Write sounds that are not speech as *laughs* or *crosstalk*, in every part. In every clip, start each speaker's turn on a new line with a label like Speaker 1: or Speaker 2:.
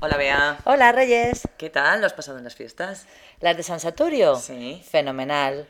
Speaker 1: Ana.
Speaker 2: Hola, Reyes.
Speaker 1: ¿Qué tal? ¿Lo has pasado en las fiestas?
Speaker 2: ¿Las de San Saturio?
Speaker 1: Sí.
Speaker 2: Fenomenal.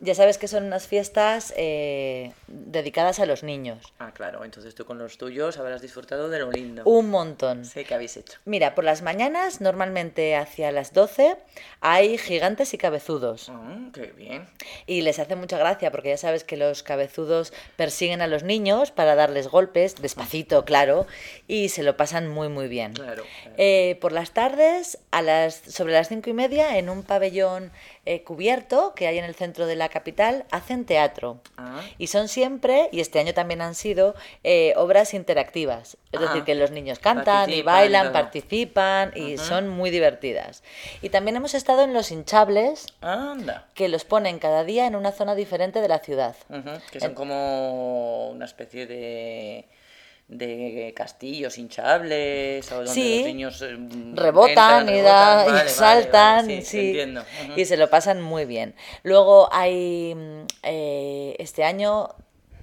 Speaker 2: Ya sabes que son unas fiestas eh, dedicadas a los niños.
Speaker 1: Ah, claro. Entonces tú con los tuyos habrás disfrutado de lo lindo.
Speaker 2: Un montón.
Speaker 1: Sí, ¿qué habéis hecho?
Speaker 2: Mira, por las mañanas, normalmente hacia las 12, hay gigantes y cabezudos.
Speaker 1: Mm, qué bien.
Speaker 2: Y les hace mucha gracia porque ya sabes que los cabezudos persiguen a los niños para darles golpes, despacito, claro, y se lo pasan muy, muy bien.
Speaker 1: Claro, claro.
Speaker 2: Eh, por las tardes, a las, sobre las cinco y media, en un pabellón eh, cubierto que hay en el centro de la capital, hacen teatro.
Speaker 1: Ah.
Speaker 2: Y son siempre, y este año también han sido, eh, obras interactivas. Es
Speaker 1: Ah.
Speaker 2: decir, que los niños cantan
Speaker 1: Participan
Speaker 2: y
Speaker 1: y
Speaker 2: bailan,
Speaker 1: todo.
Speaker 2: participan y son muy divertidas. Y también hemos estado en los hinchables
Speaker 1: Anda.
Speaker 2: que los ponen cada día en una zona diferente de la ciudad.
Speaker 1: Ujú, Que son como una especie de de castillos hinchables o donde
Speaker 2: Sí.
Speaker 1: los niños eh, entran,
Speaker 2: Rebotan y,
Speaker 1: rebotan.
Speaker 2: da- y
Speaker 1: Vale, vale, vale,
Speaker 2: saltan
Speaker 1: sí,
Speaker 2: y
Speaker 1: te
Speaker 2: sí,
Speaker 1: entiendo. Ujú.
Speaker 2: y se lo pasan muy bien. Luego hay mm, eh, este año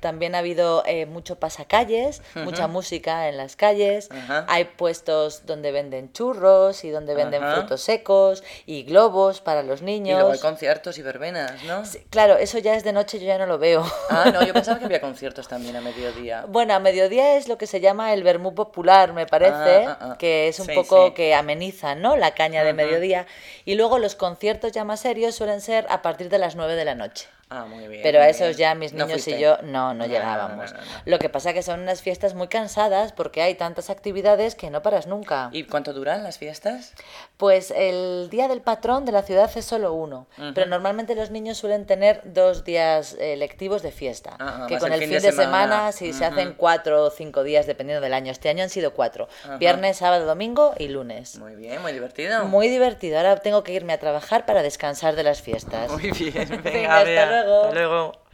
Speaker 2: también ha habido eh, mucho pasacalles, mucha música en las calles,
Speaker 1: Ajá.
Speaker 2: hay puestos donde venden churros y donde venden
Speaker 1: Ajá.
Speaker 2: frutos secos y globos para los
Speaker 1: Y luego hay
Speaker 2: niños.
Speaker 1: conciertos y verbenas, ¿no?
Speaker 2: Sí, Claro, eso ya es de noche, yo ya no lo veo.
Speaker 1: Ah, no, yo pensaba que había conciertos también a
Speaker 2: *laughs*
Speaker 1: mediodía.
Speaker 2: Bueno, a mediodía es lo que se llama el vermú popular, me parece,
Speaker 1: Ah, ah, ah.
Speaker 2: que es un
Speaker 1: Sí,
Speaker 2: poco
Speaker 1: sí.
Speaker 2: que ameniza, ¿no? La caña de mediodía. Y luego los conciertos ya más serios suelen ser a partir de las 9 de la noche.
Speaker 1: Ah, muy bien.
Speaker 2: Pero a
Speaker 1: muy
Speaker 2: esos
Speaker 1: bien.
Speaker 2: ya mis
Speaker 1: ¿No
Speaker 2: niños y
Speaker 1: fuiste?
Speaker 2: yo no, no
Speaker 1: No,
Speaker 2: llegábamos.
Speaker 1: no, no, no.
Speaker 2: Lo que pasa que son unas fiestas muy cansadas porque hay tantas actividades que no paras nunca.
Speaker 1: ¿Y cuánto duran las fiestas?
Speaker 2: Pues el día del patrón de la ciudad es solo uno, pero normalmente los niños suelen tener dos días eh, lectivos de fiesta,
Speaker 1: Ah, ah,
Speaker 2: que
Speaker 1: más
Speaker 2: con el fin, de, semana, si se hacen cuatro o cinco días dependiendo del año. Este año han sido cuatro, viernes, sábado, domingo y lunes.
Speaker 1: Muy bien, muy divertido.
Speaker 2: Muy divertido, ahora tengo que irme a trabajar para descansar de las fiestas. *laughs*
Speaker 1: Muy bien, venga,
Speaker 2: Venga, hasta
Speaker 1: Bea,
Speaker 2: luego.
Speaker 1: Hasta luego.